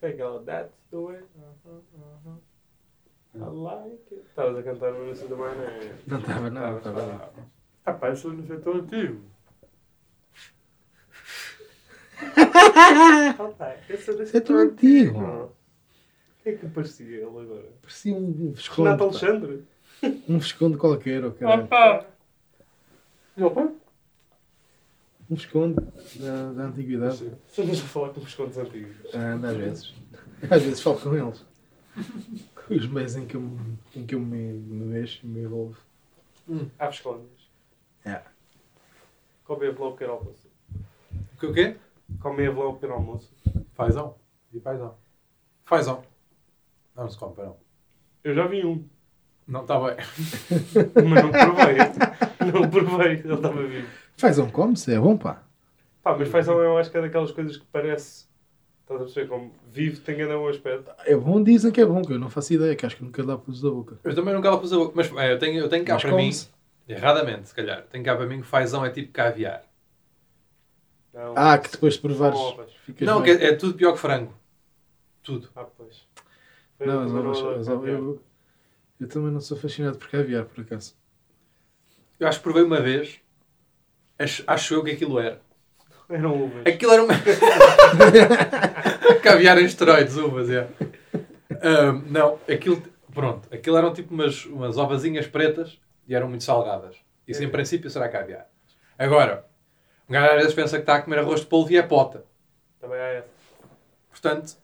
Sei aquela That's the way. Uh-huh, uh-huh. I like it. Estavas a cantar uma música do Mané. Não tá, estava, não, Estavas estava. lá. Ah, pá, isso não sei tão antigo. ah, pá, essa não é tão antigo. Quem é que parecia ele agora? Parecia um visconde. Renato pá. Alexandre? Um visconde qualquer, ou Ah, caralho. pá! Meu pai? Um visconde da, da antiguidade. Estamos a falar com os contos antigos. Ah, anda às vezes. Às vezes falo com eles. Com Os meios em que eu, me- em que eu me, me deixo e me envolvo. Hum. Aves colónias. É. Comem avelão ao pequeno almoço. O que o quê? Comem avelão ao pequeno almoço. Fazão. E fazão. Fazão. Não, não se compra, não. Eu já vi um, Não está bem. mas não provei. não provei, ele estava vivo. Faz um como se é bom, pá. Pá, mas faz também, eu acho que é daquelas coisas que parece. Estás a perceber como vivo tem ainda um aspecto. É bom, dizem que é bom, que eu não faço ideia, que acho que nunca lá pus a boca. Eu também nunca lá pus a boca. Mas é, eu, tenho, eu tenho cá Mas para mim, come-se. erradamente, se calhar, tenho cá para mim que fazão é tipo caviar. Não, Ah, que depois de provares. são ovas. ficas não, que bem. é, é tudo pior que frango. Tudo. Ah, pois. Não, as Eu ovas- adoro as ovas- caviar. eu, eu também não sou fascinado por caviar, por acaso. Eu acho que provei uma vez, acho, acho eu que aquilo era. Eram uvas. Aquilo era um- uma. Caviar em esteroides, uvas, é. Ahm, não, aquilo. Pronto, aquilo eram tipo umas, umas ovazinhas pretas e eram muito salgadas. Isso em princípio será caviar. Agora, um gajo às vezes pensa que está a comer arroz de polvo e é pota. Também ah, é. há essa. Portanto,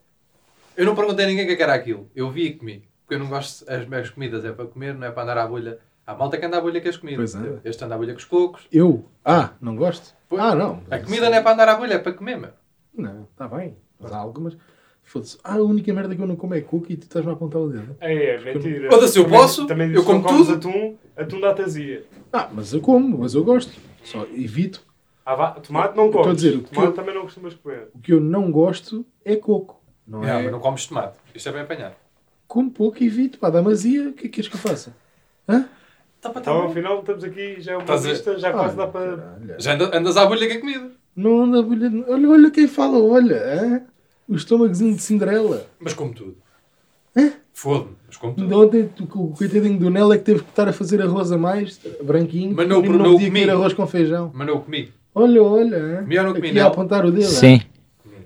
eu não perguntei a ninguém o que é que era aquilo. Eu vi e comi. Porque eu não gosto. As minhas comidas é para comer, não é para andar à bolha. Há malta que anda à bolha com as comidas. Pois é. Este anda à bolha com os cocos. Eu? Ah, não gosto? Pois. Ah, não. A comida não é para andar à bolha, é para comer, meu. Não, está bem. Mas há algumas. Foda-se. Ah, a única merda que eu não como é cookie e tu estás-me a apontar o dedo. É, é mentira. Foda-se, eu posso, eu disse que não como comes tudo. Atum, atum dá tasia. Ah, mas eu como, mas eu gosto. Só evito. Ah, vá, tomate não Estou a comes. dizer, o que tomate eu- também não costumas comer. O que eu não gosto é coco. Não É, é? mas não comes tomate. Isto é bem apanhado. Como pouco e evito. Pá, dá mazia. O que é que queres que eu faça? Hã? Tá para Então, afinal, estamos aqui, já é uma Estás a- lista, já quase Olha, dá para... caralho. Já anda- andas à bolha com a comida. Não anda a bolha. de- Olha, olha quem fala, olha. hã? O estômagozinho de Cinderela. Mas como tudo. Hã? Fode-me, mas como De tudo. ontem, tu- o coitadinho do Nel é que teve que estar a fazer arroz a mais, branquinho, Mas não- e não podia comi. comer arroz com feijão. Mas não comi. Olha, olha, hã? Comi ou não comi, aqui a Nel? apontar o dedo. hã? Sim.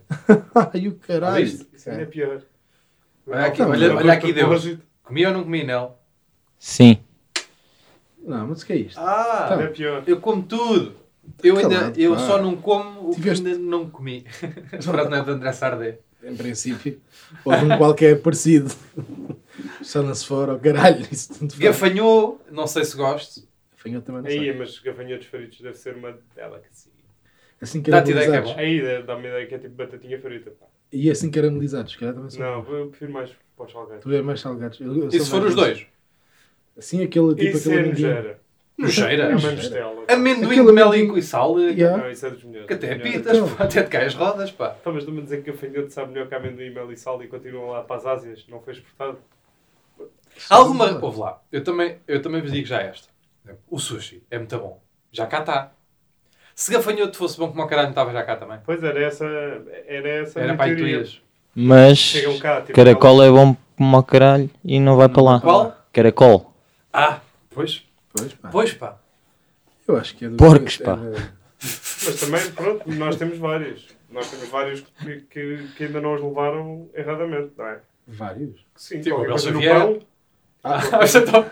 Ai, o caralho. Viste? Isso ainda é pior. Olha aqui, Não, olha, não olha aqui Deus. Propósito. Comi ou não comi, Nel? Sim. Não, mas o que é isto? Ah, Ainda é pior. eu como tudo. Eu ainda, Calado, eu Tá pá. só não como o Tiveste- que ainda não comi. Esta frase não é de André Sardé. Em princípio, ou de um qualquer parecido. Só não se for, oh, caralho. Isso tanto faz. Gafanhou, não sei se gosto. Gafanhoto também não Aí, sei. mas gafanhotos fritos deve ser uma delicacy. Assim Dá-te ideia que é caramelizados. bom. Aí dá- dá-me a ideia que é tipo batatinha frita. pá. E assim caramelizados, se calhar também Assim. são. Não, eu prefiro mais para os Tipo salgados. Tu és mais salgados. Eu- eu E sou se for mais os dois? Assim, aquele tipo, Isso é aquele amendoim. nojeira. É Nojeira. uma mistela. Amendoim Aquele de mel amendoim- e sal. eh, é Yeah. Não, isso é dos melhores. Que até Dos melhores. pitas, Então. pá, até te cai as rodas, pá. Então, mas estão-me a dizer que gafanhoto sabe melhor que amendoim, mel e sal e continuam lá para as Ásias. Não foi exportado. Há Alguma. Ouve lá, eu também, eu também vos digo já esta. O sushi é muito bom. Já cá está. Se gafanhoto fosse bom como o caralho, não estava já cá também. Pois era essa. Era essa. a Era minha para aí tu teoria. ias. Mas Chegam cá, tipo, caracol é bom como o caralho e não vai para lá. Qual? Caracol. Ah, pois, Pois, pá. pois pá. Eu acho que é do... Porcos, pá. é da- Mas também, pronto, nós temos vários. Nós temos vários que, que, que ainda não os levaram erradamente, não é? Vários. Sim, Sim, o qualquer Abel coisa no Xavier. pão. Ah, mas então-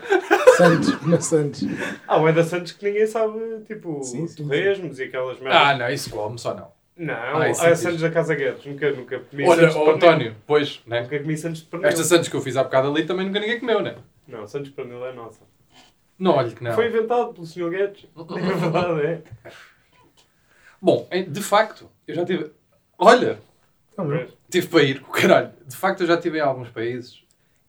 Santos, não é Santos. Há Ah, o Eda Santos que ninguém sabe, tipo, Sim, sim, torresmos e aquelas merdas. ah, não, isso come só não. Não, Ah, há isso Santos existe. da Casa Guedes. Nunca, nunca comi Olha, Santos de o pernil. António, pois, né? Nunca comi Santos de pernil. Esta Santos que eu fiz há bocado ali também nunca ninguém comeu, né? Não, Santos de pernil é nossa. Não, olha É. que não. Foi inventado pelo Sr. Guedes. É verdade, é. Bom, em- de facto, eu já tive. Olha, Tá bom. Vês? tive para ir, caralho. De facto, eu já estive em alguns países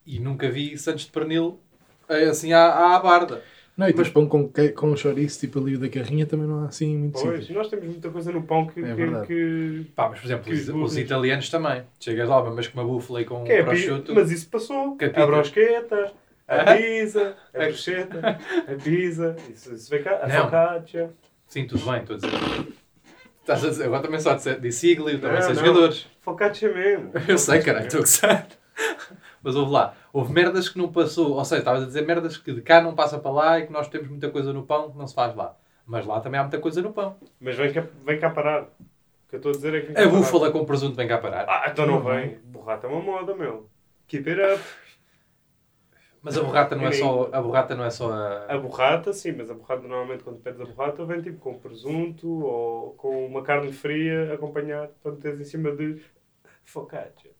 e nunca vi Santos de Pernil eh, assim à, à barda. Não, e depois pão com, que- com chouriço, tipo ali o da carrinha, também não há assim muito Pois, simples. nós temos muita coisa no pão que... É que, verdade. que... Pá, mas por exemplo, Que os, burros. os italianos também. Chegas lá, mas com uma búfala e com que é um prosciutto. pi... Mas isso passou. Capita. A brosqueta, a Ah? pizza, a bruschetta, a pizza. Isso, isso vem cá. A Não. focaccia. Sim, tudo bem, estou a dizer. Estás a dizer, agora também só disse- disse Iglio, também Não, são não. jogadores. Focaccia mesmo. Eu sei, caralho, estou a gozar. Mas houve lá, houve merdas que não passou, ou seja, estavas a dizer merdas que de cá não passa para lá e que nós temos muita coisa no pão que não se faz lá. Mas lá também há muita coisa no pão. Mas vem cá, vem cá parar. O que eu estou a dizer é que. vem cá A parar. búfala com presunto vem cá parar. Ah, então não vem. Borrata é uma moda, meu. Keep it up. Mas a borrata não é só a borrata não é só a... A borrata, sim, mas a borrata normalmente quando pedes a borrata vem tipo com presunto ou com uma carne fria acompanhado para meteres em cima de focaccia.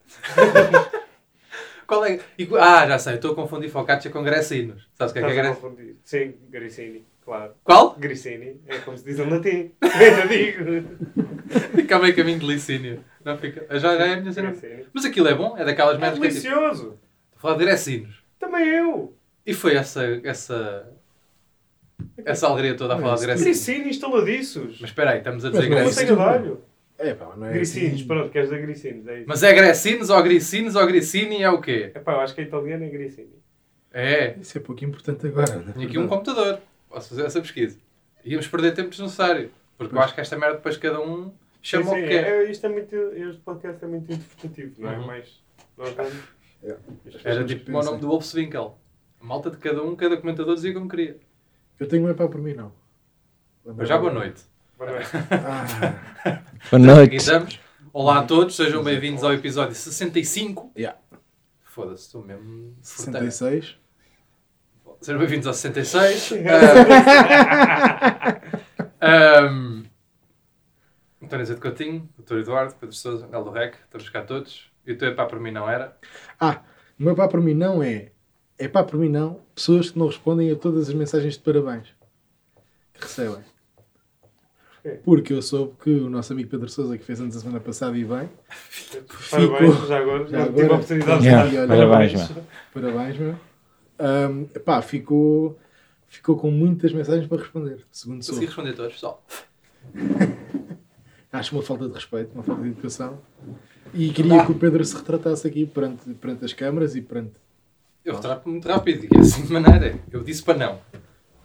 Qual é? e- Ah, já sei, estou a confundir focaccia com grecinos. Sabes o que é que é Estás a grecinos? confundir. Sim, grissini, claro. Qual? Grissini, é como se diz em latim. Ainda digo. Fica a meio caminho de licínio. Não fica... Já, já é a minha cena. Grissini. Mas aquilo é bom, é daquelas É merdas que é tipo... delicioso. Estou a falar de grecinos. Também eu. E foi essa. essa. essa alegria toda a falar de Grécia. Grissini instaladiços. Mas espera aí, estamos a dizer Mas não é Não Grécia. sei Grissini. galho. É pá, não é. Grissinis, pronto, queres dizer Grissinis, é isso. Mas é Grecinos ou Gricinos ou Gricini é o quê? Epá, eu acho que é italiano é Grissini. É. Isso é pouco importante agora. Tinha aqui um computador. Posso fazer essa pesquisa. Íamos perder tempo desnecessário. Porque eu acho que esta merda depois cada um Sim, chama o sim, que quer. é- isto é muito, este podcast é muito interpretativo, não é? Uhum. Mas nós vamos... É. Isto é- Era pessoas tipo o nome pensam. do Wolfswinkel. A malta de cada um, cada comentador dizia como queria. Eu tenho um epá por mim, não. Mas já boa noite. Boa noite. Ah, Boa Aqui noite. estamos. Olá a todos, sejam bem-vindos ao episódio 65. Yeah. Foda-se, estou mesmo. forteiro. 66. Sejam bem-vindos ao 66. Ah, ahm, António Zé de Coutinho, Doutor Eduardo, Pedro Sousa, Nel do Rec, estamos cá todos. E o teu epá por mim não era. Ah, o meu pá por mim não é. É pá por mim não. Pessoas que não respondem a todas as mensagens de parabéns que recebem. Porquê? Porque eu soube que o nosso amigo Pedro Souza, que fez anos a semana passada e bem, Parabéns, já agora. Já não tive agora. a oportunidade Yeah, de dar parabéns, parabéns, meu. Ahm, pá, ficou, ficou com muitas mensagens para responder, segundo soube. Consegui responder a todos, pessoal. Acho uma falta de respeito, uma falta de educação. E queria que o Pedro se retratasse aqui perante, perante as câmaras e perante. Eu retrato-me muito rápido, que é assim de maneira. Eu disse para não.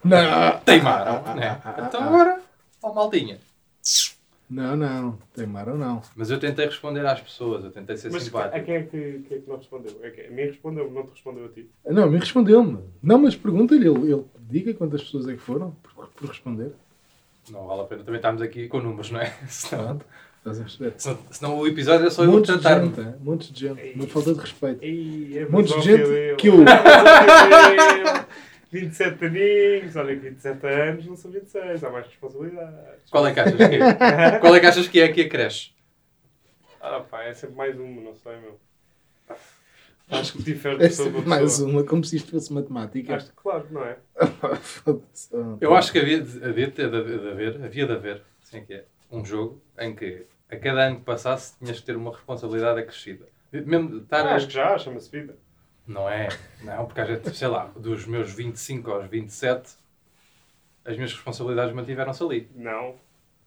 Não! Teimaram, né? Então agora, ó maldinha. Não, não, teimaram não. Mas eu tentei responder às pessoas, eu tentei ser Mas a simpático. quem é que, quem é que não respondeu? É que a mim respondeu, não te respondeu a ti. Não, me respondeu-me. Não, mas pergunta-lhe, ele, ele diga quantas pessoas é que foram por, por responder. Não vale a pena também estarmos aqui com números, não é? Senão, Pronto, estás a perceber? senão, senão o episódio é só eu Montes de tentar-me. gente, hein? montes de gente, É uma falta de respeito. Ei, é Montes de pedófilo, gente que eu. é pedófilo. 27 aninhos, olha que 27 anos, não são 26, há mais responsabilidades. Qual é que achas que é? Qual é que achas que é que a creche? Ah pá, é sempre mais um, não sei, meu. Acho que difere de É pessoa sempre para pessoa. mais uma, como se isto fosse matemática. Acho que claro, não é? Foda-se. Eu acho que havia de, havia de, havia de haver, havia de haver, assim é que é, um jogo em que a cada ano que passasse tinhas que ter uma responsabilidade acrescida. Mesmo de estar. Ah, acho que já, chama-se vida. Não é? Não, porque a gente, sei lá, dos meus 25 aos 27, as minhas responsabilidades mantiveram-se ali. Não.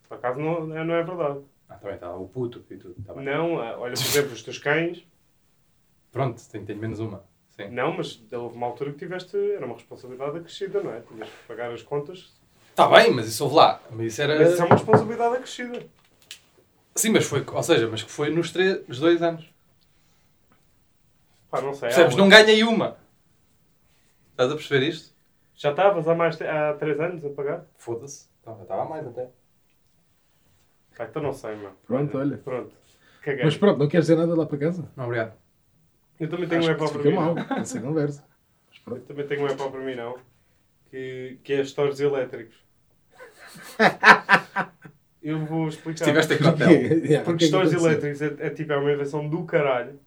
Por acaso não, não é verdade. Ah, também está lá o puto e tudo. Tá bem. Não, ah, olha, por exemplo, os teus cães, Pronto, tenho, tenho menos uma. Sim. não, mas houve uma altura que tiveste, era uma responsabilidade acrescida, não é? Tinhas que pagar as contas. Está Tá bem, mas isso houve lá. Mas isso era. Mas isso é uma responsabilidade acrescida. Sim, mas foi. Ou seja, mas que foi nos três, nos dois anos. Pá, não sei. Percebes? há- Não ganhei É, uma. Estás a perceber isto? Já estavas há mais há 3 anos a pagar? Foda-se. Estava estava mais até. Pá, então não sei, mano. Pronto, olha. Pronto. Caguei. Mas pronto, não queres dizer nada lá para casa? Não, obrigado. Tá. Eu também tenho Acho um que epá se para fica mim. mal, não. essa conversa. Mas pronto. Eu também tenho um epá para mim, não. Que, que é stores elétricos. Eu vou explicar. Estiveste aqui no hotel. Porquê? Porque Yeah, porquê é que É questões aconteceu? elétricas é, é tipo é uma invenção do caralho.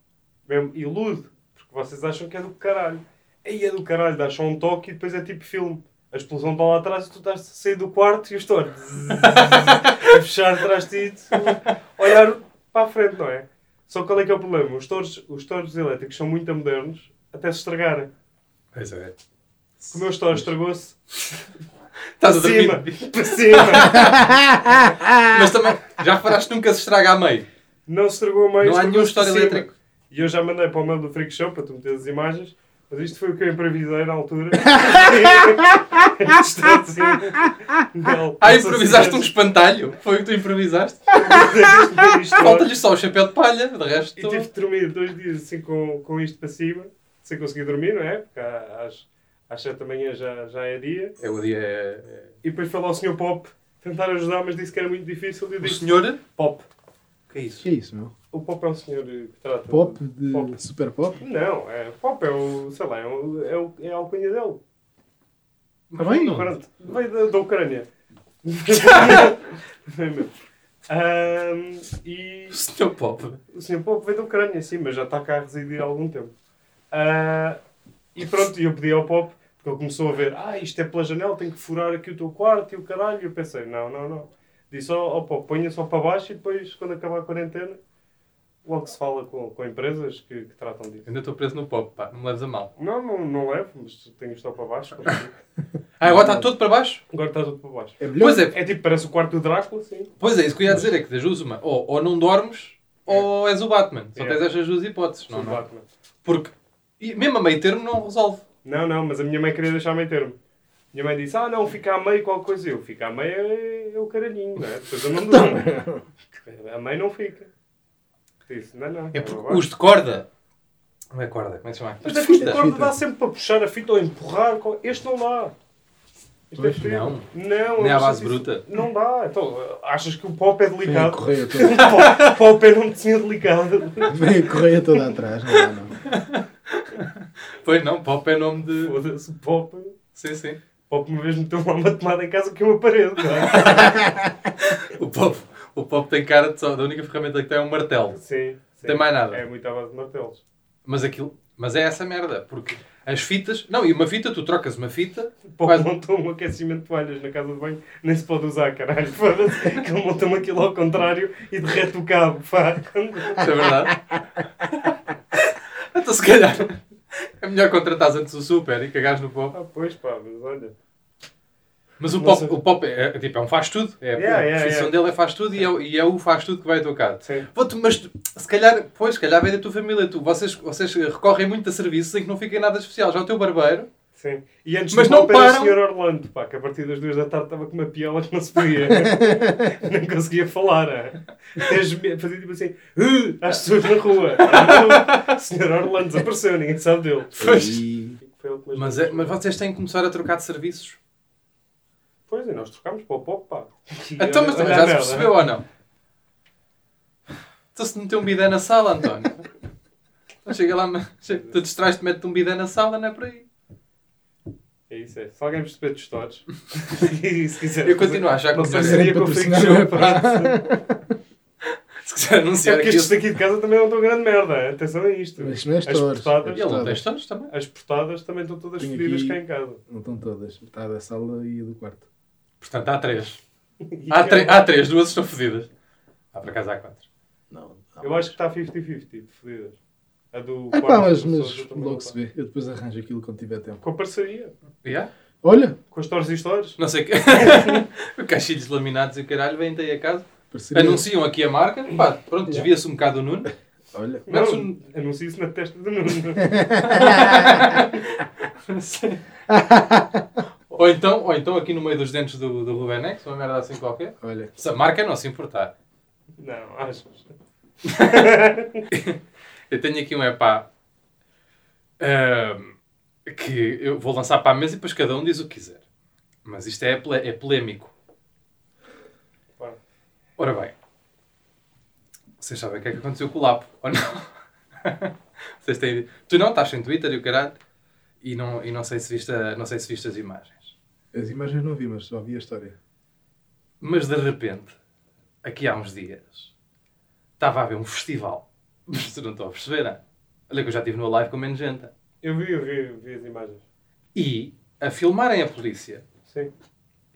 Mesmo, ilude. Porque vocês acham que é do caralho. Aí é do caralho, dá só um toque e depois é tipo filme. A explosão está lá atrás e tu estás a sair do quarto e o estor a fechar atrás de ti, tu olhar para a frente, não é? Só que qual é que é o problema? Os torres, os torres elétricos são muito modernos até se estragarem. Pois é. O meu store estragou-se para Estás a cima, dormir. para cima. Mas também, já reparaste que nunca se estraga a meio. Não se estragou mais. Não há nenhum estragou-se para store cima. elétrico. E eu já mandei para o mail do Freak Show para tu meteres as imagens. Mas isto foi o que eu improvisei na altura. Isto é assim. Não, Ah, não improvisaste um sei se é. espantalho? Foi o que tu improvisaste? tiveste isto agora. Falta-lhe só o chapéu de palha, de resto. E tive de dormir dois dias assim com, com isto para cima, sem conseguir dormir, não é? Porque às, às 7 da manhã já, já é dia. É o dia. é- E depois foi lá o Sr. Pop tentar ajudar, mas disse que era muito difícil. E eu é- O disse: senhor. Pop. que é Que é isso, meu? O Pop é o senhor que trata. Pop de Pop. super pop? Não, é, Pop é o. sei lá, é, o, é, o, é a alcunha dele. Tá bem? Não. Pronto, veio da, da Ucrânia. Foi meu. Ahm, e assim, O senhor Pop. o senhor Pop veio da Ucrânia, sim, mas já está cá a residir há algum tempo. Ah, e pronto, e eu pedi ao Pop, porque ele começou a ver, ah, isto é pela janela, tenho que furar aqui o teu quarto e o caralho. E eu pensei, não, não, não. Disse ao ao Pop, ponha só para baixo e depois, quando acabar a quarentena, logo se fala com, com empresas que, que tratam disso. Ainda estou preso no Pop, pá, não me leves a mal. Não, não, não levo, mas tenho isto para baixo. Ah, agora está todo para baixo? Agora está tudo para baixo. É melhor? Pois é, É tipo, parece o quarto do Drácula, sim. pois é, isso que eu ia dizer é que das duas uma. Ou, ou não dormes, ou és o Batman. Só É. tens estas duas hipóteses, não, Sou não. Batman. Porque e mesmo a meio termo não resolve. Não, não, mas a minha mãe queria deixar meio termo. Minha mãe disse, ah não, fica a meio qualquer coisa. Eu, fica a meio é, é o caralhinho, não é? Depois eu não durmo. a mãe não fica. Disse, não, não. É não porque vai." os de corda. Não é corda, como é que se chama? Mas é que Fita, o corda fita. dá sempre para puxar a fita ou empurrar. com- Este não dá. Este Pois, fita. não. Não. Nem é à base preciso- bruta. Não dá. Então, achas que o pop é Vem a delicado? correia toda, O pop é um desenho delicado. vem a correia toda atrás, não dá, não. Pois não, Pop é nome de. Foda-se, o pop... Sim, sim. Pop uma vez meteu lá uma tomada em casa que eu apareço. Não é? O Pop, o pop tem cara de só. A única ferramenta que tem é um martelo. é? sim, sim. Tem mais nada. É muito à base de martelos. Mas aquilo. Mas é essa merda. Porque as fitas. Não, e uma fita, tu trocas uma fita. Pop Quase- montou um aquecimento de toalhas na casa de banho, nem se pode usar, caralho. Foda-se. Que ele montou-me aquilo ao contrário e derrete o cabo. Pá. É verdade. então se calhar. É melhor contratares antes o super e cagares no pop. Ah, pois pá, mas olha. Mas o Não pop, sei. o pop é, é tipo, é um faz tudo. É, Yeah, a yeah, profissão yeah. dele é faz tudo e é, o- e é o faz tudo que vai tocar. Sim. Vou-te, mas tu- se calhar, pois, se calhar vem da tua família. Tu, vocês, vocês recorrem muito a serviços em que não fica nada especial. Já o teu barbeiro. Sim. E antes Mas do não Pop era param. o Sr. Orlando, pá, que a partir das duas da tarde estava com uma piola que não se podia. não conseguia falar. ah. Até esme- Fazia tipo assim, "Uh", às pessoas na rua. o Sr. Orlando desapareceu, ninguém sabe dele. E- Foi ele que nos Mas, deu é- mas vocês têm que começar a trocar de serviços. Pois é, nós trocámos para o Pop, pá. Então, mas Olha a já se merda. né? percebeu ou não? Então se meteu um bidé na sala, António. Então chega lá, mas- tu distrais-te, mete-te um bidé na sala, não é por aí. É isso, é. Se alguém perceber de histórias, e se quiser. Eu continuo a achar que Não quiser- sei se seria consigo patrocinar, jogar é para. Se quiser anunciar que aqui... estes daqui de casa também não estão grande merda. Atenção a isto. Mas não é As stories. portadas, Ele não tem histórias também. as portadas também estão todas Tenho fodidas aqui- cá em casa. Não estão todas. Está da sala e a do quarto. Portanto, há três. E Há, eu- tre- há três, duas estão fodidas. Há para casa há quatro. Não. Eu acho que está 50-50 de fodidas. A do. É pá, quarto mas, das pessoas eu mas também logo não se sei. vê. Eu depois arranjo aquilo quando tiver tempo. Com a parceria. Yeah? Olha, Com as histórias e histórias. Não sei que... Caixilhos laminados e o caralho vêm daí a casa. parceria. Anunciam aqui a marca. Pá, pronto, desvia-se um bocado o Nuno. Olha. Não, Metes um- anuncio isso na testa do Nuno. ou, então, ou então aqui no meio dos dentes do, do Rubenex, uma merda assim qualquer. Olha. Se a marca é não se importar. não, achas. Eu tenho aqui um epá ahm, que eu vou lançar para a mesa e depois cada um diz o que quiser. Mas isto é, pole- é polémico. Pá. Ora bem, vocês sabem o que é que aconteceu com o Lapo, ou não? vocês têm... Tu não estás sem Twitter e o caralho, e não, e não, sei, se viste a- não sei se viste as imagens. As imagens não vi, mas só vi a história. Mas de repente, aqui há uns dias, estava a haver um festival. Mas tu não estou a perceber, ah? Olha que eu já estive no live com menos gente. ah. Eu vi, eu vi, eu vi as imagens. E a filmarem a polícia Sim.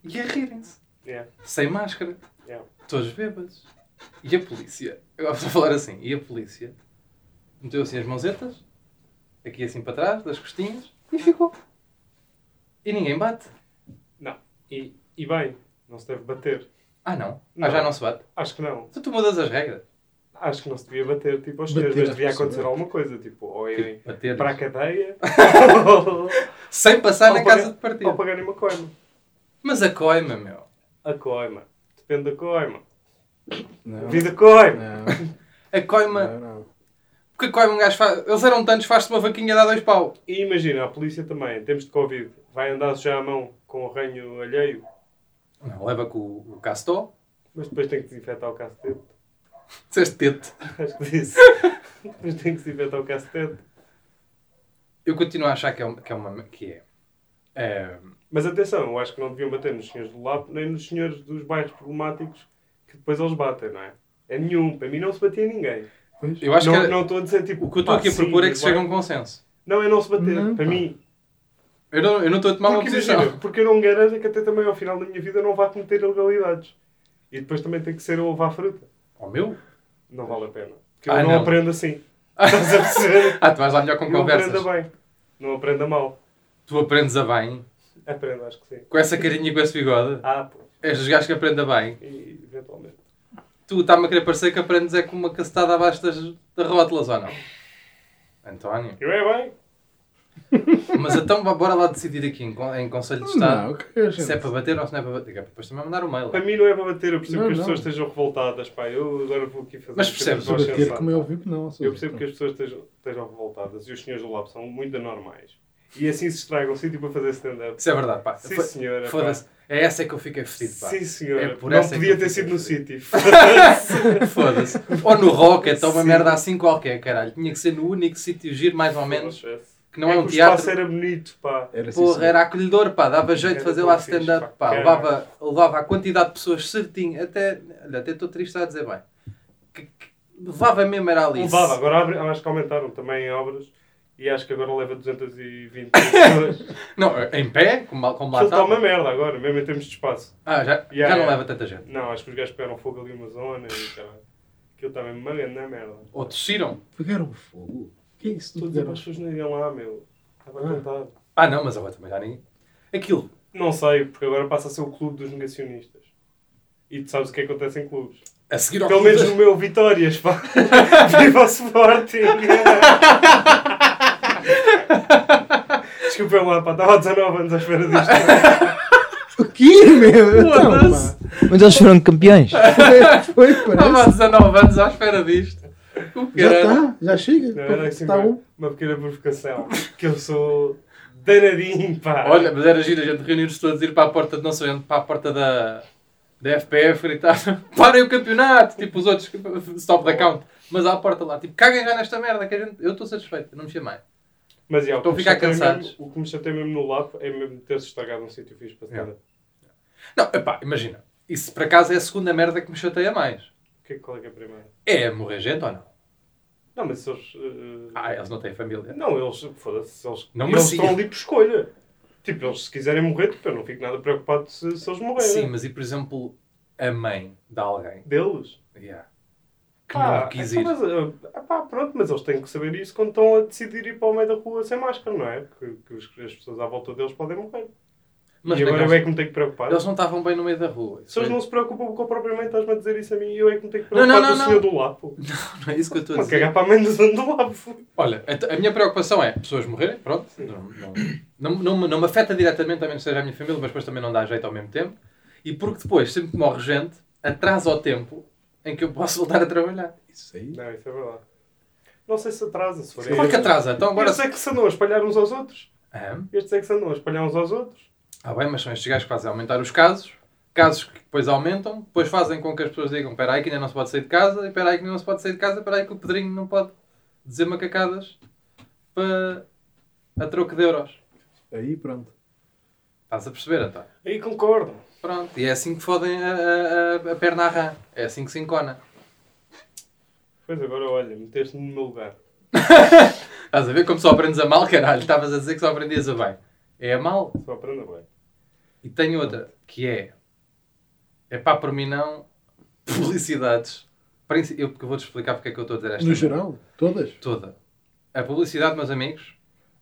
e a rirem-se. É. Yeah, Sem máscara. yeah. Todos bêbados. E a polícia. Agora vou falar assim. E a polícia meteu assim as mãozetas, aqui assim para trás, das costinhas, e ficou. E ninguém bate. Não. E, e bem, não se deve bater. Ah, não. Ah, Não. já não se bate. Acho que não. Então tu mudas as regras. Acho que não se devia bater tipo aos Bater tiros, mas as devia pessoas. acontecer alguma coisa, tipo, ou irem Bater para a cadeia ou, sem passar na pagar- casa de partido. ou pagarem uma coima. Mas a coima, meu. A coima. Depende da coima. Não. Vida coima. Não, A coima. não, não. Porque a coima um gajo faz. Eles eram tantos, faz-se uma vaquinha dá dois pau. E imagina, a polícia também, em tempos de Covid, vai andar já à mão com o ranho alheio, Não, leva com o, o castó. mas depois tem que desinfetar o cacetete. Disseste tete. Acho que disse. depois tem que desinfetar o cacetete. Eu continuo a achar que é uma. Que é, uma- que é, é, Mas atenção, eu acho que não deviam bater nos senhores do LAP nem nos senhores dos bairros problemáticos que depois eles batem, não é? É nenhum. Para mim não se batia ninguém. Pois. eu acho não, que é não estou a dizer tipo. o que eu estou pá, aqui a sim, propor é que se vai- chegue a um consenso. Não, é não se bater. Não, para pá. mim. Eu não eu não estou a tomar uma Porque posição. imagina, porque eu não garanto é que até também ao final da minha vida não vá cometer ilegalidades. E depois também tem que ser eu a levar fruta. Ao Oh, meu? Não vale a pena. Porque eu Ah, não, não. aprendo assim. Estás a perceber? Ah, tu vais lá melhor com eu aprenda conversas. bem. Não aprenda mal. Tu aprendes a bem. Aprendo, acho que sim. Com essa carinha e com esse bigode. Ah, pois. És dos gajos que aprende a bem. E eventualmente. Tu está-me a querer parecer que aprendes é com uma cacetada abaixo das, das rótulas, ou não? António. Eu é bem. Mas então vá- bora lá decidir aqui em, con- em Conselho de Estado Não, o que é, gente? se é para bater ou se não é para bater. Que é para Depois também mandar o mail. Para mim não é para bater, eu percebo Não, que as não. pessoas estejam revoltadas, pá. Eu agora vou aqui fazer. Mas um bocadinho percebes, de voz Sobre ter, sensata. como é óbvio que não. Eu percebo que as pessoas estejam, estejam revoltadas e os senhores do lab são muito anormais. E assim se estragam o sítio para fazer stand-up. Isso é verdade, pá. Sim, Foi- senhora, pá. Foda-se. É essa que eu fiquei vestido, pá. Sim, senhor. É por não essa que podia eu ter fiquei sido no feliz. City. Foda-se. Ou no Rocket, ou uma Sim. merda assim qualquer, caralho. Tinha que ser no único sítio giro, mais ou menos, que não é, que um o teatro. É espaço era bonito, pá. Era assim, Porra, sim. era acolhedor, pá, dava jeito de Era fazer tão lá fixe, stand-up, pá, pá, caralho. levava, levava a quantidade de pessoas certinho, até, olha, até estou triste a dizer bem, que, que- levava mesmo era ali. Levava. Agora abre- acho que aumentaram também em obras. E acho que agora leva 220 pessoas. Não, em pé, como, como lá Aquilo está tá, estava. uma merda agora, mesmo em termos de espaço. Ah, já, já Yeah, não yeah. leva tanta gente. Não, acho que os gajos pegaram fogo ali uma zona e caralho. Aquilo está mesmo uma grande merda. Ou desciram. Pegaram fogo. O que é isso? Estou a Tudo dizer para pegaram as pessoas não irem lá, meu. Estava a contar. Ah não, mas agora também já ninguém. Aquilo, Não sei, porque agora passa a ser o clube dos negacionistas. E tu sabes o que acontece em clubes. a seguir ao Pelo clube menos no das- meu Vitórias, pá. Viva o Sporting! Desculpem lá, pá. Estava há 19 anos à espera disto. O quê, meu? Foda-se. Então, Mas eles foram campeões. pá. Foi, Estava há parece. 19 anos à espera disto. O Já caralho. está, já chega. Não, era assim, Está um. uma pequena provocação. Que eu sou danadinho, pá. Olha, mas era giro a gente reunir-nos todos, ir para a porta de não sei onde, para a porta da, da FPF, gritar parem o campeonato, tipo os outros, stop the count. Mas à porta lá, tipo, caguem já nesta merda, que a gente, eu estou satisfeito, não me chamei. Mas já, o que Estão a me ficar chateia cansados. mesmo- O que me chateia mesmo no lab é mesmo ter-se estragado um sítio fixe para Yeah. stand-up. Não, epá, imagina, isso por acaso é a segunda merda que me chateia mais. O que é que qual é que é a primeira? É morrer gente ou não? Não, mas se eles. eh, Ah, eles não têm família. Não, eles, foda-se, eles, Não eles merecia. estão ali por escolha. Tipo, eles se quiserem morrer, tipo, eu não fico nada preocupado se, se eles morrerem. Sim, mas e por exemplo, a mãe de alguém Deles. yeah, que Pá, não quis então, ir. Mas, ah, pá, pronto, mas eles têm que saber isso quando estão a decidir ir para o meio da rua sem máscara, não é? Que, que os- as pessoas à volta deles podem morrer. Mas e bem, agora eu é eles, que me tenho que preocupar. eles não estavam bem no meio da rua. Se Isso eles é- não se preocupam com propriamente, estás-me a dizer isso a mim e eu é que me tenho que Não, preocupar não, com o não, senhor do Lapo. não é isso que eu estou a Mas dizer. cagar para a mãe do dono do Lapo. Olha, a, t- a minha preocupação é pessoas morrerem, pronto. Não, não, não, não me- não me afeta diretamente, a menos que seja a minha família, mas depois também não dá jeito ao mesmo tempo. E porque depois, sempre que morre gente, atrasa o tempo em que eu posso voltar a trabalhar. Isso aí. Não, isso é verdade. Não sei se atrasa, se for Claro que atrasa, então agora. Estes é que se andam a espalhar uns aos outros. Ah, Estes é que se andam a espalhar uns aos outros. ah, bem, mas são estes gajos que fazem aumentar os casos, casos que depois aumentam, depois fazem com que as pessoas digam: espera aí que ainda não se pode sair de casa, e espera aí que ainda não se pode sair de casa, espera aí que o Pedrinho não pode dizer macacadas para... a troco de euros. Aí pronto. Estás a perceber, então? Aí concordo. Pronto, e é assim que fodem a, a- a- a perna à rã. É assim que se encona. Pois agora, olha, meteste-me no meu lugar. Estás a ver como só aprendes a mal, caralho? Estavas a dizer que só aprendias a bem. É a mal. Só aprenda bem. E tenho outra, que é... É pá, por mim não... Publicidades. Princi- Eu porque vou-te explicar porque é que eu estou a dizer esta No merda geral, todas. toda. A publicidade, meus amigos,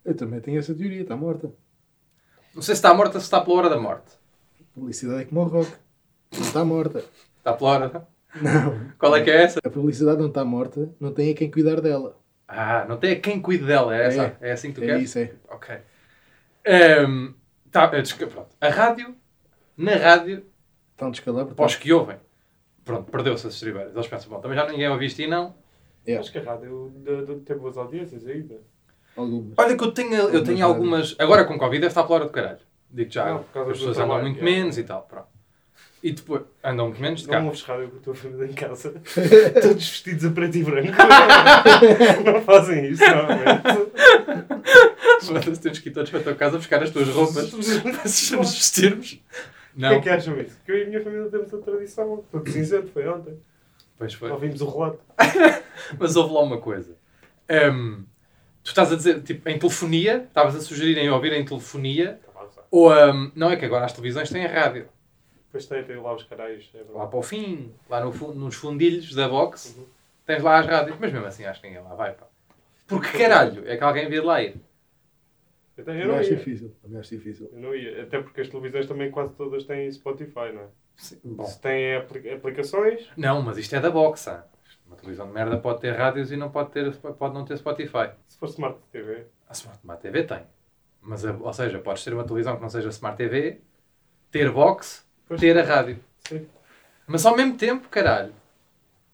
Eu também tenho essa teoria, está morta. não sei se está morta ou se está pela hora da morte. Publicidade é como o rock. Não está morta. Está pela hora... Não, Qual é que é essa? a publicidade não está morta, não tem a quem cuidar dela. Ah, não tem a quem cuide dela, é essa? É, assim que tu é queres? isso, é. Ok. Ehm, tá, eh, desca- pronto. A rádio, na rádio, Está um descalabro. para os tá. que ouvem, pronto, perdeu-se as estribeiras. Eles pensam, bom, também já ninguém ouve isto e não. É, Acho que a rádio de- de- tem boas audiências é? ainda. algumas. Olha que eu tenho, eu tenho algumas... Agora com Covid deve estar pela hora do caralho. Digo já, é Não, por causa as do pessoas andam trabalho, muito é. menos e tal, pronto. E depois, andam muito menos de Não carro. ouves rádio com a tua família em casa. Todos vestidos a preto e branco. não fazem isso, normalmente. Foda-se, temos que ir todos para a tua casa buscar as tuas roupas para se nos vestirmos. O que é Não, que acham isso? Que eu e a minha família temos a tradição. Todo cinzento, foi ontem. pois foi. Ouvimos o relato. Mas houve lá uma coisa. Hum, tu estás a dizer, tipo, em telefonia, estavas a sugerir em ouvir em telefonia, Tá, ou hum, não é que agora as televisões têm a rádio. Depois tem, tem lá os caralhos. É Lá verdade. para o fim, lá no fu- nos fundilhos da box, tens lá as rádios, mas mesmo assim acho que ninguém lá vai, pá. Porque caralho, é que alguém vê de lá ir. Então, eu Eu não acho ia. difícil. Eu acho difícil. Eu não ia. Até porque as televisões também quase todas têm Spotify, não é? Sim, bom. Se têm apli- aplicações, Não, mas isto é da box, ah. Uma televisão de merda pode ter rádios e não pode, ter, pode não ter Spotify. se for Smart TV, A Smart Smart TV tem. Mas, a- ou seja, podes ter uma televisão que não seja Smart TV, ter box, Pois. ter a rádio. sim. Mas ao mesmo tempo, caralho.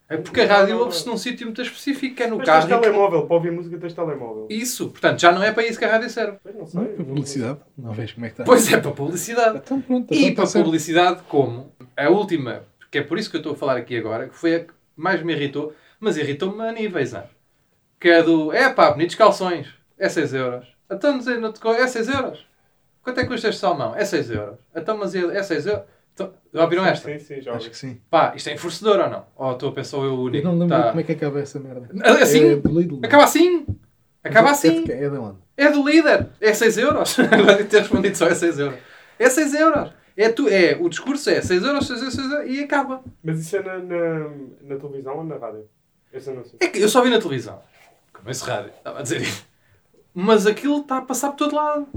É porque a rádio ouve-se num sítio muito específico, que é no Mas tens carro. e que- telemóvel, para ouvir música tens telemóvel. Isso, portanto, já não é para isso que a rádio serve. Pois não sei. Não é para publicidade. Não vês como é que está. Pois é, para publicidade. Então pronto. E então tá para certo. publicidade como a última, que é por isso que eu estou a falar aqui agora, que foi a que mais me irritou, mas irritou-me a níveis, ah. Que é do, é pá, bonitos calções, é 6 euros. Então, mas é não te co- é 6 euros. Quanto é que custa este salmão? É 6 euros. Então, mas é é 6 euros. Então, já ouviram esta? Sim, sim, já ouvi. Acho que sim. Pá, isto é enforcedor ou não? Ou estou a pensar eu o Eu único? não me lembro Tá. como é que acaba essa merda. É assim? É do Lidl. não é? Acaba assim! Acaba É assim! de, quem? é de onde? É do líder! É 6 euros! Agora de ter respondido só é 6 euros. É 6 euros! É tu, é, o discurso é 6 euros, 6 euros, 6 euros e acaba. Mas isso é na, na, na televisão ou na rádio? Esse anúncio. É que eu só vi na televisão. Começo rádio, estava a dizer isso. Mas aquilo está a passar por todo lado.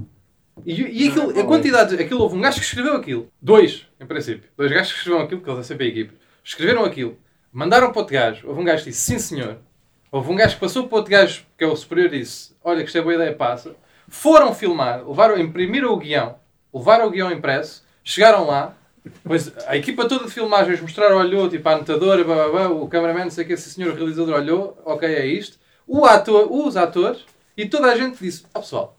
E, e aquilo, a quantidade, aquilo houve um gajo que escreveu aquilo. Dois, em princípio. Dois gajos que escreveram aquilo, porque eles é sempre a equipe. Escreveram aquilo, mandaram para outro gajo. Houve um gajo que disse sim senhor. Houve um gajo que passou para outro gajo, que é o superior, e disse olha que isto é boa ideia, passa. Foram filmar, levaram, imprimiram o guião, levaram o guião impresso, chegaram lá. Pois a equipa toda de filmagens mostraram, olhou, tipo a anotadora, blá, blá, blá, o cameraman, não sei o que, esse senhor o realizador olhou, ok, é isto. O ator, os atores e toda a gente disse: Ó pessoal,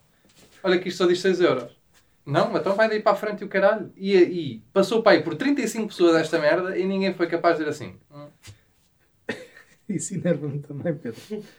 olha que isto só diz 6 euros. Não, então vai daí para a frente e o caralho. E, e passou para aí por 35 pessoas esta merda e ninguém foi capaz de dizer assim. "Hum, Isso enerva-me também, Pedro.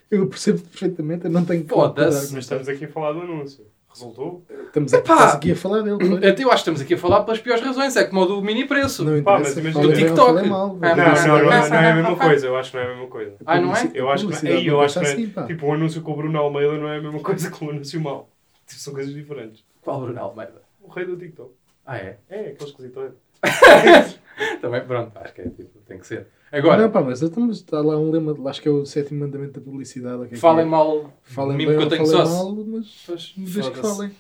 Eu percebo perfeitamente, eu não tenho que Foda-se. Mas concordar estamos aqui a falar do anúncio. Resultou? com- Estamos aqui, Epá! estás aqui a falar dele. não é? Até eu acho que estamos aqui a falar pelas piores razões, é como o do mini preço. Não Pá, interessa. mas imagina- falei Do bem ou TikTok. falei mal. Ah, Não, mas- não, não, é- não é a mesma coisa. Eu acho que não é a mesma coisa. Ah, não é? Eu acho que não, Publicidade aí eu não acho que não passa é- assim, pá. tipo, um anúncio com o Bruno Almeida não é a mesma coisa que um anúncio mau. Tipo, são coisas diferentes. Qual Bruno Almeida? O rei do TikTok. Ah, é? É, aquele esquisito. Também, pronto, acho que é tipo, tem que ser. Não, Agora, pá, mas então, mas está lá um lema, de- acho que é o sétimo mandamento da publicidade. ou o que é que falem é. mal. Falem mimo bem, que eu ou tenho falem sócio. mal, mas Pois, desde que foda-se. falem.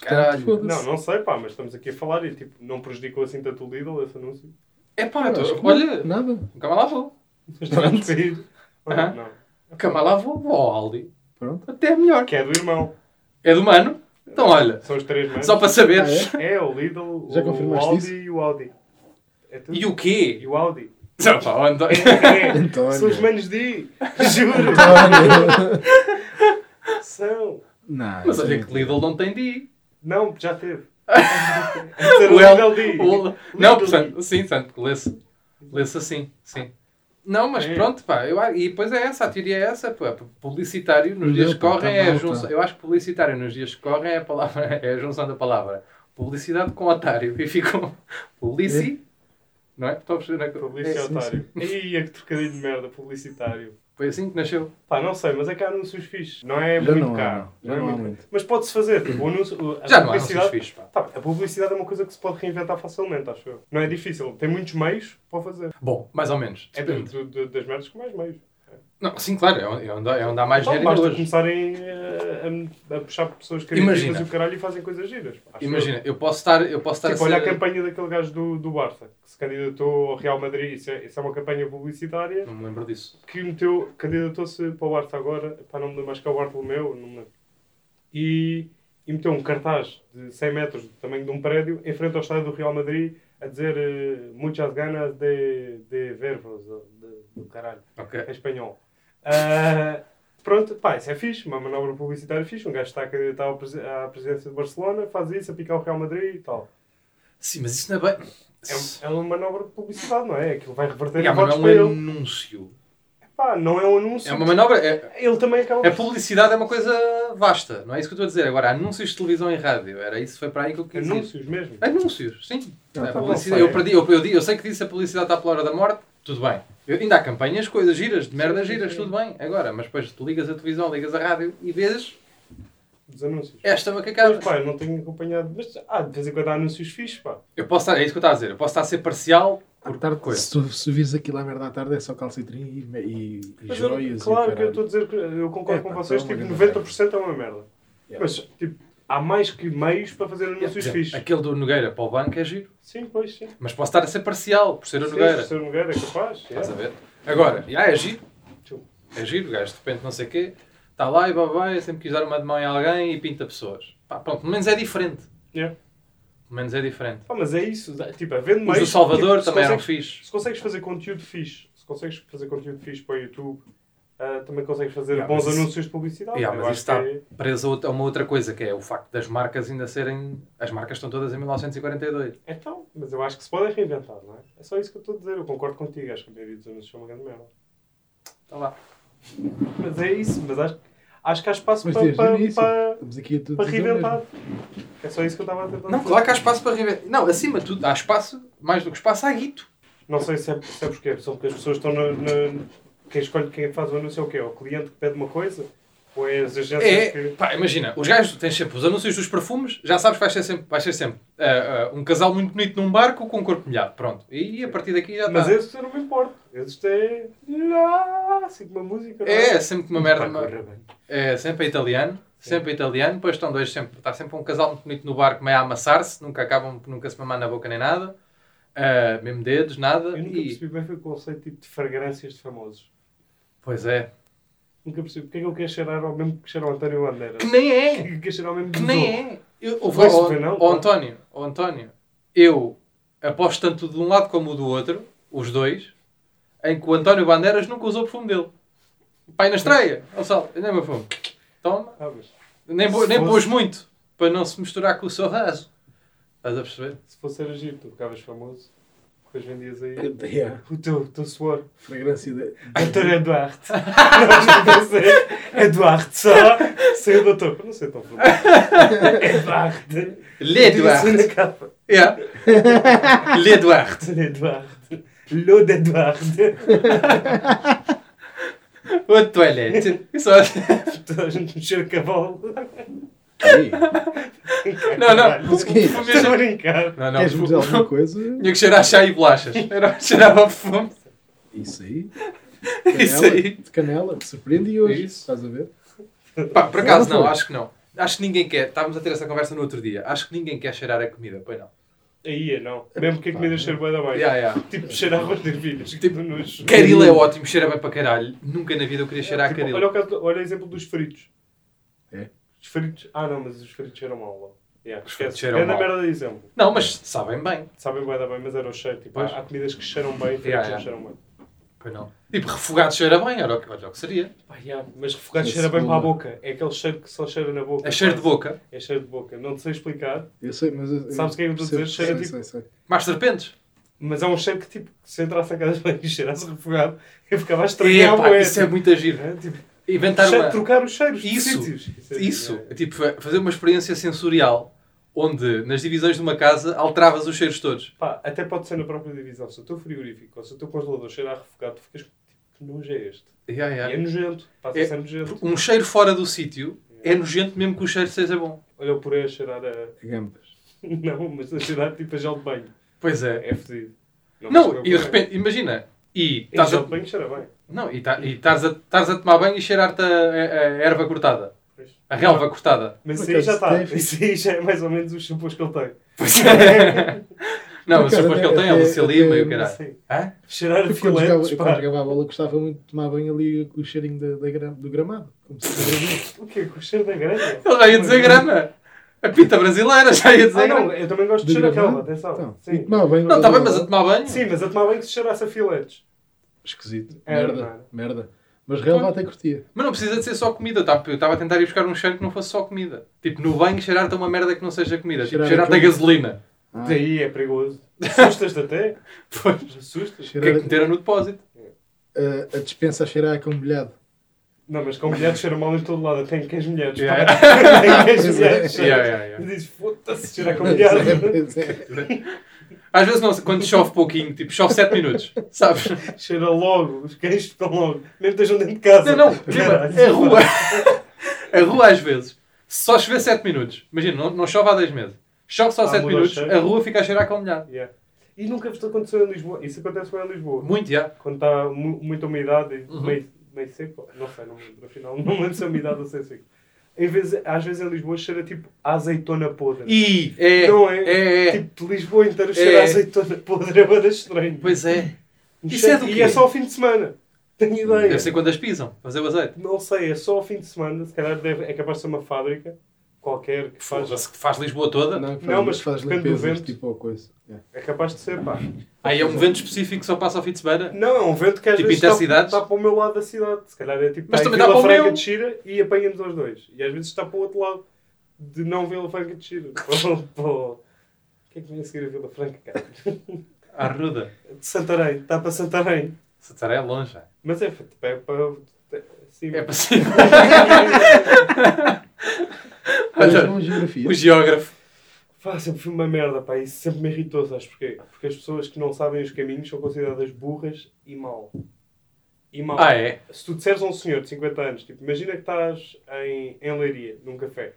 Caralho. foda-se. Não, não sei, pá, mas estamos aqui a falar e tipo, não prejudicou assim tanto o Lidl esse anúncio. É pá, Eu eu tô- acho que olha, Nada. nunca mais lá vou. Mas estamos a ir. Aham. Não. Nunca mais lá vou, vou ao Aldi. Pronto. Até é melhor. Que é do irmão. É do Mano? Então olha, São os três mais. só para saberes. Ah, É, o Lidl, Já o confirmaste Aldi isso? e o Audi. É tudo. E o quê? E o Audi. Não, pá, então, o António. É, António. são os manos de. Juro. Olha. São. não, Mas olha isso que Lidl não tem de Não, já teve. Antes era O o L- Lidl D. o L- Não, Lidl. portanto, sim, portanto, lê-se. Lê-se assim, sim. Não, mas É. pronto, pá. Eu, a- e depois é essa, a teoria é essa, pá. Publicitário nos Não, dias que pá, tá correm é a mal, junção. tá. Eu acho que publicitário nos dias que correm é a, palavra, é a junção da palavra publicidade com otário. E ficou publici. Não é? Estou a perceber? não é? Publicitário. Ia que trocadilho de merda, publicitário. Foi assim que nasceu. Pá, não sei, mas é que há anúncios fixos. Não é Já muito não há, caro. não. Já é não há muito. Mas pode-se fazer. tipo, o anúncio, o- a Já não há publicidade. anúncios fixos, pá. Tá, a publicidade é uma coisa que se pode reinventar facilmente, acho eu. Não é difícil. Tem muitos meios para fazer. Bom, mais ou menos. É Depende. do- do- do- das merdas com mais meios. Não, sim, claro, é onde, é onde há mais Então, dinheiro ainda basta hoje. começarem eh, a, a puxar por pessoas Imagina. criativas e o caralho e fazem coisas giras. pá. Acho Imagina, eu posso estar, eu posso eu. estar Tipo, a olha a ser- campanha daquele gajo do, do Barça, que se candidatou ao Real Madrid. Isso é, isso é uma campanha publicitária Não me lembro disso. que meteu, candidatou-se para o Barça agora, para não me lembro, acho que é o Bartolomeu, não me lembro. E, e meteu um cartaz de 100 metros do tamanho de um prédio em frente ao estádio do Real Madrid a dizer eh, muitas ganas de, de vervos, ou de- do caralho, Ok. em espanhol. Ah, pronto, pá, isso é fixe, uma manobra publicitária fixe, um gajo está a candidatar ao presi- à presidência de Barcelona, faz isso, a picar o Real Madrid e tal. Sim, mas isso não é bem. É, é uma manobra de publicidade, não é? Aquilo vai reverter Yeah, yeah, mas votos não para é ele. um anúncio. Pá, não é um anúncio. É uma manobra. É, Ele também acaba a publicidade é uma coisa vasta, não é isso que eu estou a dizer. Agora, anúncios de televisão e rádio, era isso, foi para aí que eu quis dizer. Anúncios mesmo. Anúncios, sim. Não, A tá bom, publicidade- sei. eu, perdi, eu, eu, di- eu sei que disse a publicidade está pela hora da morte, tudo bem. Eu- ainda há campanhas, coisas giras, de merda giras, tudo bem. Agora, mas depois tu ligas a televisão, ligas a rádio e vês Dos anúncios. esta macacada. Pois, pá, eu não tenho acompanhado, mas ah, de vez em quando há anúncios fixes, pá. Eu posso estar, é isso que eu estava a dizer, eu posso estar a ser parcial À por tarde, coisa. se tu se vires aquilo à merda à tarde é só calcitrim e, e, e Mas eu- joias. claro e o que eu caralho. estou a dizer que eu concordo É, pá, com vocês, então é tipo, uma 90% é uma merda. Yeah. Mas, tipo, há mais que meios para fazer Yeah, por anúncios exemplo, fixes. Aquele do Nogueira para o banco é giro, Sim, pois, sim. mas posso estar a ser parcial por ser o Sim, Nogueira. Ser Nogueira é capaz. Estás yeah. a ver? Agora, já é giro. É giro, o gajo de repente não sei o quê, está lá e babá, sempre quis dar uma de mão em alguém e pinta pessoas. Pá, pronto, pelo menos é diferente. Yeah. Pelo menos é diferente. Pá, mas é isso, dá- tipo, havendo Os meios... do Salvador tipo, se também um eram consegues- fixes. Se consegues fazer conteúdo fixe, se consegues fazer conteúdo fixe para o YouTube, ah, também consegues fazer Yeah, bons mas isso- anúncios de publicidade. Yeah, Eu ah, mas tá. isto acho está que é- preso a outra- a uma outra coisa, que é o facto das marcas ainda serem... As marcas estão todas em 1942. Então, mas eu acho que se podem reinventar, não é? É só isso que eu estou a dizer. Eu concordo contigo. Acho que a maioria dos anúncios é uma grande merda. Está Tá lá. Mas é isso. Mas acho, acho que há espaço Mas para, desde o para, início, para, estamos aqui a tudo para dizer o mesmo. reinventar. É só isso que eu estava a tentar Não, dizer. claro que há espaço para... reinven- Não, acima de tudo, há espaço, mais do que espaço, há guito. Não sei se é, se é porque são porque as pessoas estão na, na- Quem escolhe quem faz o anúncio é o quê? É o cliente que pede uma coisa? Ou é as agências É, que... pá, imagina, os gajos têm sempre os anúncios dos perfumes, já sabes que vais ser sempre, vais ser sempre ah, ah, um casal muito bonito num barco com um corpo molhado, pronto. E a partir daqui já tá. Mas está. esses eu não me importo. Esses é... Lá, assim, uma música. não É, é sempre uma merda. Pá, uma- corre bem. É sempre italiano, sempre é italiano, depois estão dois sempre, está sempre um casal muito bonito no barco meio a amassar-se, nunca acabam, nunca se mamar na boca nem nada, ah, mesmo dedos, nada. Eu nunca e- percebi bem foi o conceito tipo, de fragrâncias de famosos. Pois é. Nunca percebi. Porque é que ele quer cheirar ao mesmo que cheira ao António Bandeiras? Que nem é! Que quer cheirar ao mesmo Que do nem Zorro? é. Eu, eu Vai-se vou- ver, não? ó, ó, António, ó, António, eu aposto tanto de um lado como do outro, os dois, em que o António Bandeiras nunca usou o perfume dele. Pai na estreia, ó Sal, nem é meu perfume. Então, Toma, Ah, mas nem, bo, Se nem fosse- pôs muito, para não se misturar com o seu raso. Estás a perceber? se fosse era giro, tu ficavas famoso, depois vendias aí Yeah, o teu, o teu suor. É, fragrância de... Doutor Eduardo. não sei. Eduardo só. Sei o doutor. Não sei tão bom. Eduardo. Lê Duarte. Na capa. Yeah. Lê Duarte. Eduardo. L'eau d'Eduardo. O toilette. Só- Toda a gente mexer cavalo. Ei, Não, não. Caralho. Estou a brincar. Não, não. Queres me dizer alguma perfume- coisa? Tinha que cheirar a chá e bolachas. Era, cheirava a perfume. Isso aí. Isso aí. De canela, que surpreende hoje. Isso. Estás a ver? Pá, por acaso Não, não, não foi. acho que não. Acho que ninguém quer. Estávamos a ter essa conversa no outro dia. Acho que ninguém quer cheirar a comida, pois não. Aí é não. Mesmo que a comida cheira bem da mãe. Ya, ya. Tipo, cheira a arroz de ervilhas. que Tipo, nojo. Caril é ótimo, cheira bem para caralho. Nunca na vida eu queria cheirar a Tipo, caril. olha, o caso, do- olha o exemplo dos fritos. É? Os fritos. Ah, não, mas os fritos cheiram mal. Logo. Yeah, Os fritos esquece. cheiram Grande mal. merda de exemplo. Não, mas sabem bem. Sabem bem, dá bem, mas era o cheiro. Tipo, Pois. há, há comidas que cheiram bem e fritos Yeah, não yeah. cheiram bem. Pois não. Tipo, refogado cheira bem, era o que, olha o que seria. Pá, yeah, mas refogado Sim, cheira bem para a cebola. boca. É aquele cheiro que só cheira na boca. É cheiro de boca. É cheiro de boca. Não te sei explicar, Eu sei, mas... Eu, Sabes o que é que eu estou a percebo. dizer? Cheira Sei, tipo- sei, sei. Mais serpentes. mas é um cheiro que, tipo, se entrasse a casa de banho e cheirasse refogado, eu ficava a estranhar É, o pá, isso é muito agir. Tipo, Inventar cheiro- uma... trocar os cheiros. de Isso, sítios. Isso. é- Isso. yeah, É Tipo, fa- fazer uma experiência sensorial onde nas divisões de uma casa alteravas os cheiros todos. Pá, até pode ser na própria divisão. Se o teu frigorífico ou se o teu congelador cheirar refogado, tu ficas tipo, que nojo é este? Ya, ya. E é nojento. Passa a ser nojento. Um cheiro fora do sítio é nojento mesmo que o cheiro seja bom. Olha o purê a cheirar a... Gambas. Não, mas a cheirar tipo a gel de banho. Pois é. É fedido. mas Não, o e de meu purê- repente, imagina, e é Em estás gel a, de banho cheira bem. não, e tá- e estás a, estás a tomar banho e cheirar-te a, a- a erva cortada. Pois. A relva cortada. Mas Por isso aí já acaso está. teve. Isso aí já é mais ou menos os shampoos que ele tem. Não, Por mas acaso, depois que ele até- tem é o Lucia até- Lima e o até- caralho. Assim, Hã? cheirar a Eu, Quando jogava, filetes, eu, quando pá. jogava a bola gostava muito de tomar banho ali o cheirinho da, da gra- do gramado. Como se fosse gramado. O quê? Com o cheiro da grelha? Ele já ia dizer grama. A pinta brasileira já ia dizer é. Ah, não, grama. eu também gosto de Do cheirar gramado? aquela, atenção. Então, e Sim. tomava banho Não, está estava bem, mas a tomar banho. Sim, mas a tomar bem que se cheirasse a filetes. Esquisito. Era, Merda, não era? merda. Mas relva até curtia. Mas não precisa de ser só comida. tá? Eu estava a tentar ir buscar um cheiro que não fosse só comida. Tipo, no banho cheirar-te a uma merda que não seja comida. Tipo, Cheirar a cheirar-te a um- comida. gasolina. Ah, Daí é perigoso. Assustas-te até? Pois. Assustas? O que é Ah, cheirar, que meteram no depósito? a, a dispensa a cheirar a cão molhado. Não, mas com mulheres cheira mal em todo lado. Eu tenho que as mulheres. pá. Yeah. Tenho que as Pois é. mulheres. Yeah, yeah, yeah. E dizes, foda-se, cheira com Pois é, mulheres. pois é. Às vezes não, quando chove pouquinho, tipo, chove 7 minutos, sabes? Cheira logo, os cães ficam logo. Mesmo que estejam dentro de casa. Não, não, Caralho. a rua. A rua às vezes, se só chover 7 minutos, imagina, não, não chove há 10 meses, chove só Ah, 7 muda o minutos, cheiro. a rua fica a cheirar com molhado. Yeah. E nunca vos aconteceu em Lisboa. Isso acontece bem em Lisboa. Muito, já. Quando está mu- muita umidade e Uhum. meio, meio seco. Não sei, não, me- afinal, não lembro se é umidade ou se é seco. Em vez, às vezes em Lisboa cheira tipo a azeitona podre. E é, Não é? é, é. Tipo, de Lisboa inteiro cheira É. a azeitona podre. É bada estranho. Pois é. Um isso cheiro- é do E quê? Hum, é só ao fim de semana. Tenho ideia. Deve ser quando as pisam, fazer o azeite. Não sei, é só ao fim de semana. Se calhar deve, é capaz de ser uma fábrica qualquer que faz. Foda-se, que faz Lisboa toda. Não, faz, Não, mas faz depende do limpezas vento. tipo ou coisa. É. É capaz de ser, pá. Aí é um vento específico que só passa ao fim de semana. Não, é um vento que às Tipo, vezes está, intercidades? está para o meu lado da cidade. Se calhar é tipo Mas está em também dá Vila para o Franca meu. de Xira e apanha-nos aos dois. E às vezes está para o outro lado de não Vila Franca de Xira. Para- para O que é que vem a seguir a Vila Franca, cara? À ruda. De Santarém. Está para Santarém. Santarém é longe. já. Mas é, é assim, para... Sim, É possível. Ah, Mas é um Olha, não geografia. o geógrafo. Pá, sempre fui uma merda, pá, isso sempre me irritou, sabes porquê? Porque as pessoas que não sabem os caminhos são consideradas burras e mal. E mal. Ah, é? Se tu disseres a um senhor de 50 anos, tipo, imagina que estás em, em Leiria, num café,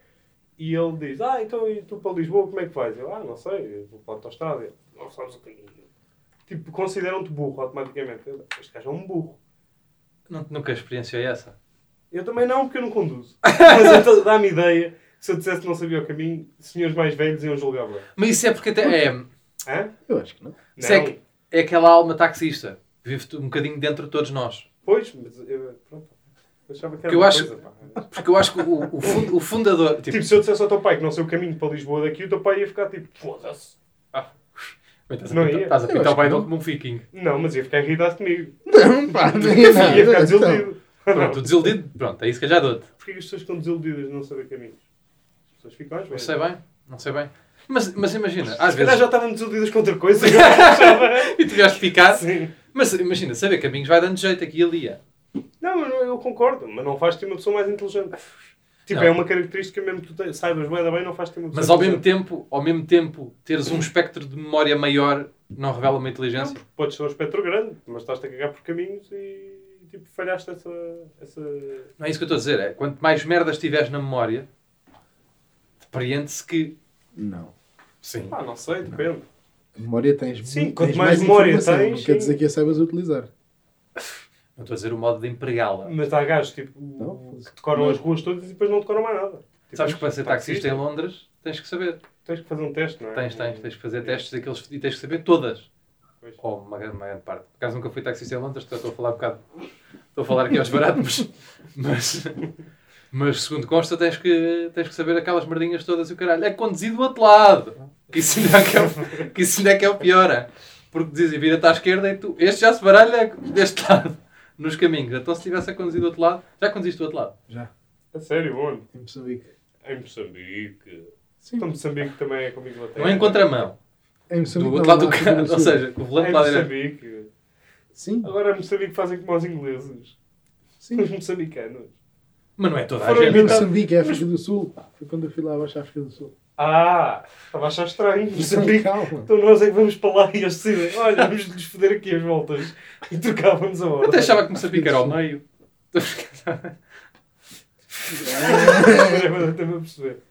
e ele diz, ah, então e tu para Lisboa como é que vais? Eu, ah, não sei, eu vou para a autostrada. Ele, Não sabes o caminho. Tipo, consideram-te burro automaticamente. Eu, Este gajo é um burro. Não- Nunca experienciei essa. Eu também não, porque eu não conduzo. Mas então, dá-me ideia que se eu dissesse que não sabia o caminho, senhores mais velhos iam julgar bem. Mas isso é porque até. É, Hã? Eu acho que não. Isso é, que- é aquela alma taxista. Vive tu- um bocadinho dentro de todos nós. Pois, mas eu, pronto. Eu achava que era Que eu uma acho- coisa, pá. Porque eu acho que o, o fun- o fundador. Tipo, Tipo, se eu dissesse ao teu pai que não sei o caminho para Lisboa daqui, o teu pai ia ficar tipo, foda-se. estás, não a pintar, ia. estás a Eu pintar acho o pai que dele não. como um viking. Não, mas ia ficar irritado comigo. Não, pá, não é nada. ia ficar Então, desiludido. Pronto, o desiludido. Pronto, é isso que eu já dou-te. Porquê que as pessoas estão desiludidas de não saber caminhos? As pessoas ficam às Não vezes. sei bem. Não sei bem. Mas, mas imagina, às Se calhar vezes. já estavam desiludidas com outra coisa. eu achava. E tiveste ficar. Sim. Mas imagina, saber caminhos vai dando jeito aqui e ali. é. Não, eu, eu concordo, mas não faz-te uma pessoa mais inteligente. Tipo, Não. é uma característica mesmo que tu te- saibas bem, da bem, não faz-te uma pessoa Mas é ao mesmo inteligente. tempo, ao mesmo tempo, teres um espectro de memória maior não revela uma inteligência. Podes ser um espectro grande, mas estás-te a cagar por caminhos e tipo, falhaste essa. essa... Não é isso que eu estou a dizer. É quanto mais merdas tiveres na memória, depreende-se que. Não. Sim. Pá, não sei, depende. A memória tens Sim, tens quanto mais memória informação, tens, Não quer sim. dizer que a saibas utilizar. Não estou a dizer o modo de empregá-la. Mas há gajos tipo, Não. que decoram as ruas todas e depois não decoram mais nada. Tipo, Sabes que para ser taxista é em Londres tens que saber. Tens que fazer um teste, não é? Tens, tens, tens que fazer testes daqueles e tens que saber todas. Pois. Ou uma grande, uma grande parte. Por acaso nunca fui taxista em Londres, portanto estou a falar um bocado. Estou a falar aqui aos baratos, mas. mas... Mas segundo consta, tens que, tens que saber aquelas merdinhas todas e o caralho. É conduzido do outro lado. Que isso ainda é que é, o- que isso ainda é, que é o pior. é. Porque dizem, vira-te à esquerda e tu. Este já se baralha deste lado, nos caminhos. Então se tivesse a conduzir do outro lado. Já conduziste do outro lado? Já. A sério, onde? Em Moçambique. Em Moçambique. Sim. Então Moçambique também é como Inglaterra. Não é em contramão. Em Do Moçambique. outro não, lado do lá na carro. África do Ou Sul. seja, Ah, com o É volante em lá direito. Moçambique. Sim. Agora em Moçambique fazem como os ingleses. Sim. Os moçambicanos. Mas não é toda a Foram gente. Em imitar- Moçambique, é África do Sul. pá. Foi quando eu fui lá abaixo à África do Sul. Ah, estava a achar estranho. Moçambique. Calma. Então nós é que vamos para lá e eles decidem. Olha, vamos lhes foder aqui as voltas. E trocávamos a Eu hora. até achava que começava a picar ao meio. Agora estou a perceber.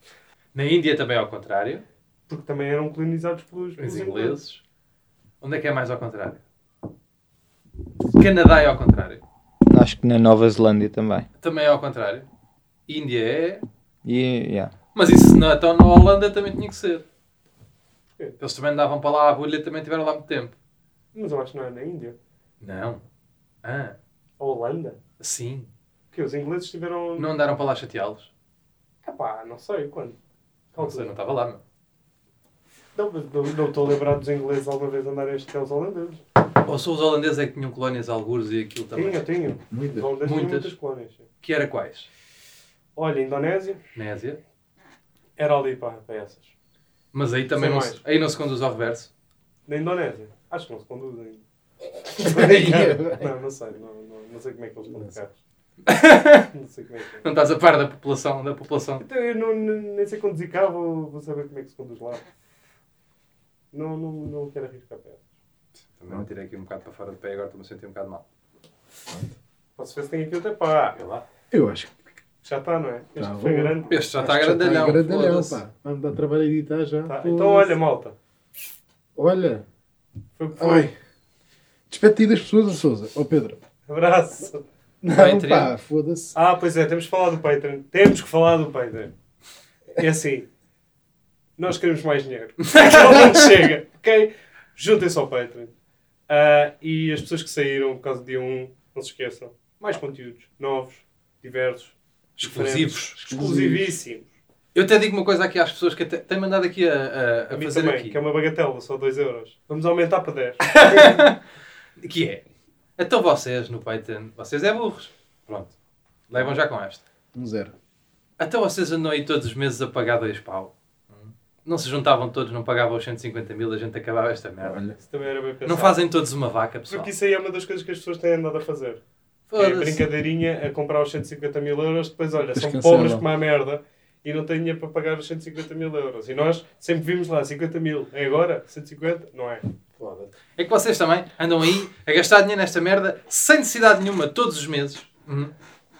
Na Índia também é ao contrário. Porque também eram colonizados pelos, pelos Os ingleses. Onde é que é mais ao contrário? Canadá é ao contrário. Acho que na Nova Zelândia também. Também é ao contrário. Índia é. E, yeah. Mas isso não, então na Holanda também tinha que ser. Eles também andavam para lá à bolha também tiveram lá muito tempo. Mas eu acho que não é na Índia. Não. Ah, A Holanda. sim. Porque os ingleses tiveram. Não andaram para lá chateá-los. Epá, não sei quando. Qual Não sei, não estava lá, meu. Não, mas não não estou a lembrar dos ingleses alguma vez andarem a chatear os holandeses. Ou só os holandeses é que tinham colónias algures e aquilo também. Tinha, tinha. Os Muitas. holandeses tinham Muitas. muitas colónias. sim. Que era quais? Olha, Indonésia Nésia. era ali para, para essas. Mas aí também Sem não se, mais. aí não se conduz ao reverso. Na Indonésia. Acho que não se conduz ainda. não, não sei. Não, não, não sei como é que eles conduzem carros. Não sei como é que é. Não estás a par da população, da população. Então eu não, nem nem sei conduzir carro, vou, vou saber como é que se conduz lá. Não, não, não quero arriscar pé. Também me tirei aqui um bocado para fora de pé agora estou-me a sentir um bocado mal. Posso ver se tem aqui outra pá. Sei lá. Eu acho que Já está, não é? Este Tá foi bom. grande. Este já está acho que grandalhão. Já está grandalhão, foda-se. pá. Vai-me dar trabalho a editar já. Tá, Foda-se. Então olha, malta. Olha. Foi o que foi. Ai. Despede-te aí das pessoas, ó Sousa. Ó Pedro. Abraço. Não, Patreon. pá, foda-se. Ah, pois é, temos que falar do Patreon. Temos que falar do Patreon. É assim. Nós queremos mais dinheiro. Não nos chega, ok? Juntem-se ao Patreon. Ah, e as pessoas que saíram por causa de dia 1, não se esqueçam. Mais conteúdos novos, diversos, diferentes, Exclusivos. exclusivíssimos. Eu até digo uma coisa aqui às pessoas que até têm mandado aqui a, a- a A mim fazer também, aqui. que é uma bagatela, só 2 euros. Vamos aumentar para 10. Que é. Então vocês no Python, vocês é burros. Pronto. Levam já com esta. Um zero. Até vocês andam aí todos os meses a pagar dois pau. Hum? Não se juntavam todos, não pagavam os 150 mil, a gente acabava esta merda. Olha. Isso também era bem pensado. Não fazem todos uma vaca, pessoal. Porque isso aí é uma das coisas que as pessoas têm andado a fazer. É Foda-se. brincadeirinha a comprar os 150 mil euros, depois, olha, Depois são cancelam. pobres como a merda e não têm dinheiro para pagar os 150 mil euros. E nós sempre vimos lá 50 mil. É agora? 150? Não é? É que vocês também andam aí a gastar dinheiro nesta merda sem necessidade nenhuma todos os meses. Uhum.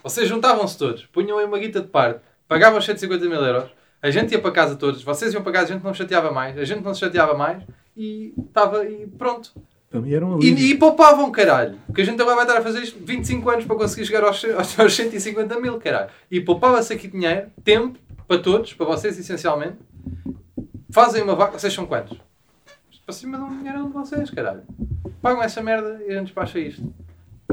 Vocês juntavam-se todos, punham aí uma guita de parte, pagavam os 150 mil euros, a gente ia para casa todos, vocês iam para casa, a gente não chateava mais, a gente não se chateava mais e estava e pronto. Também era um E, alívio. e poupavam, caralho. Porque a gente agora vai estar a fazer isto 25 anos para conseguir chegar aos, aos, aos 150 mil, caralho. E poupava-se aqui dinheiro, tempo, para todos, para vocês essencialmente. Fazem uma vaca, vocês são quantos? Isto Para cima de um dinheirão de vocês, caralho. Pagam essa merda e a gente despacha isto.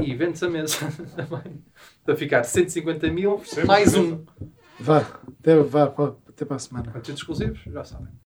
E vende-se a mesa também. Para ficar 150 mil, percebo, mais percebo. um. Vá. Até, vá, pá, até para a semana. Conteúdos exclusivos, já sabem.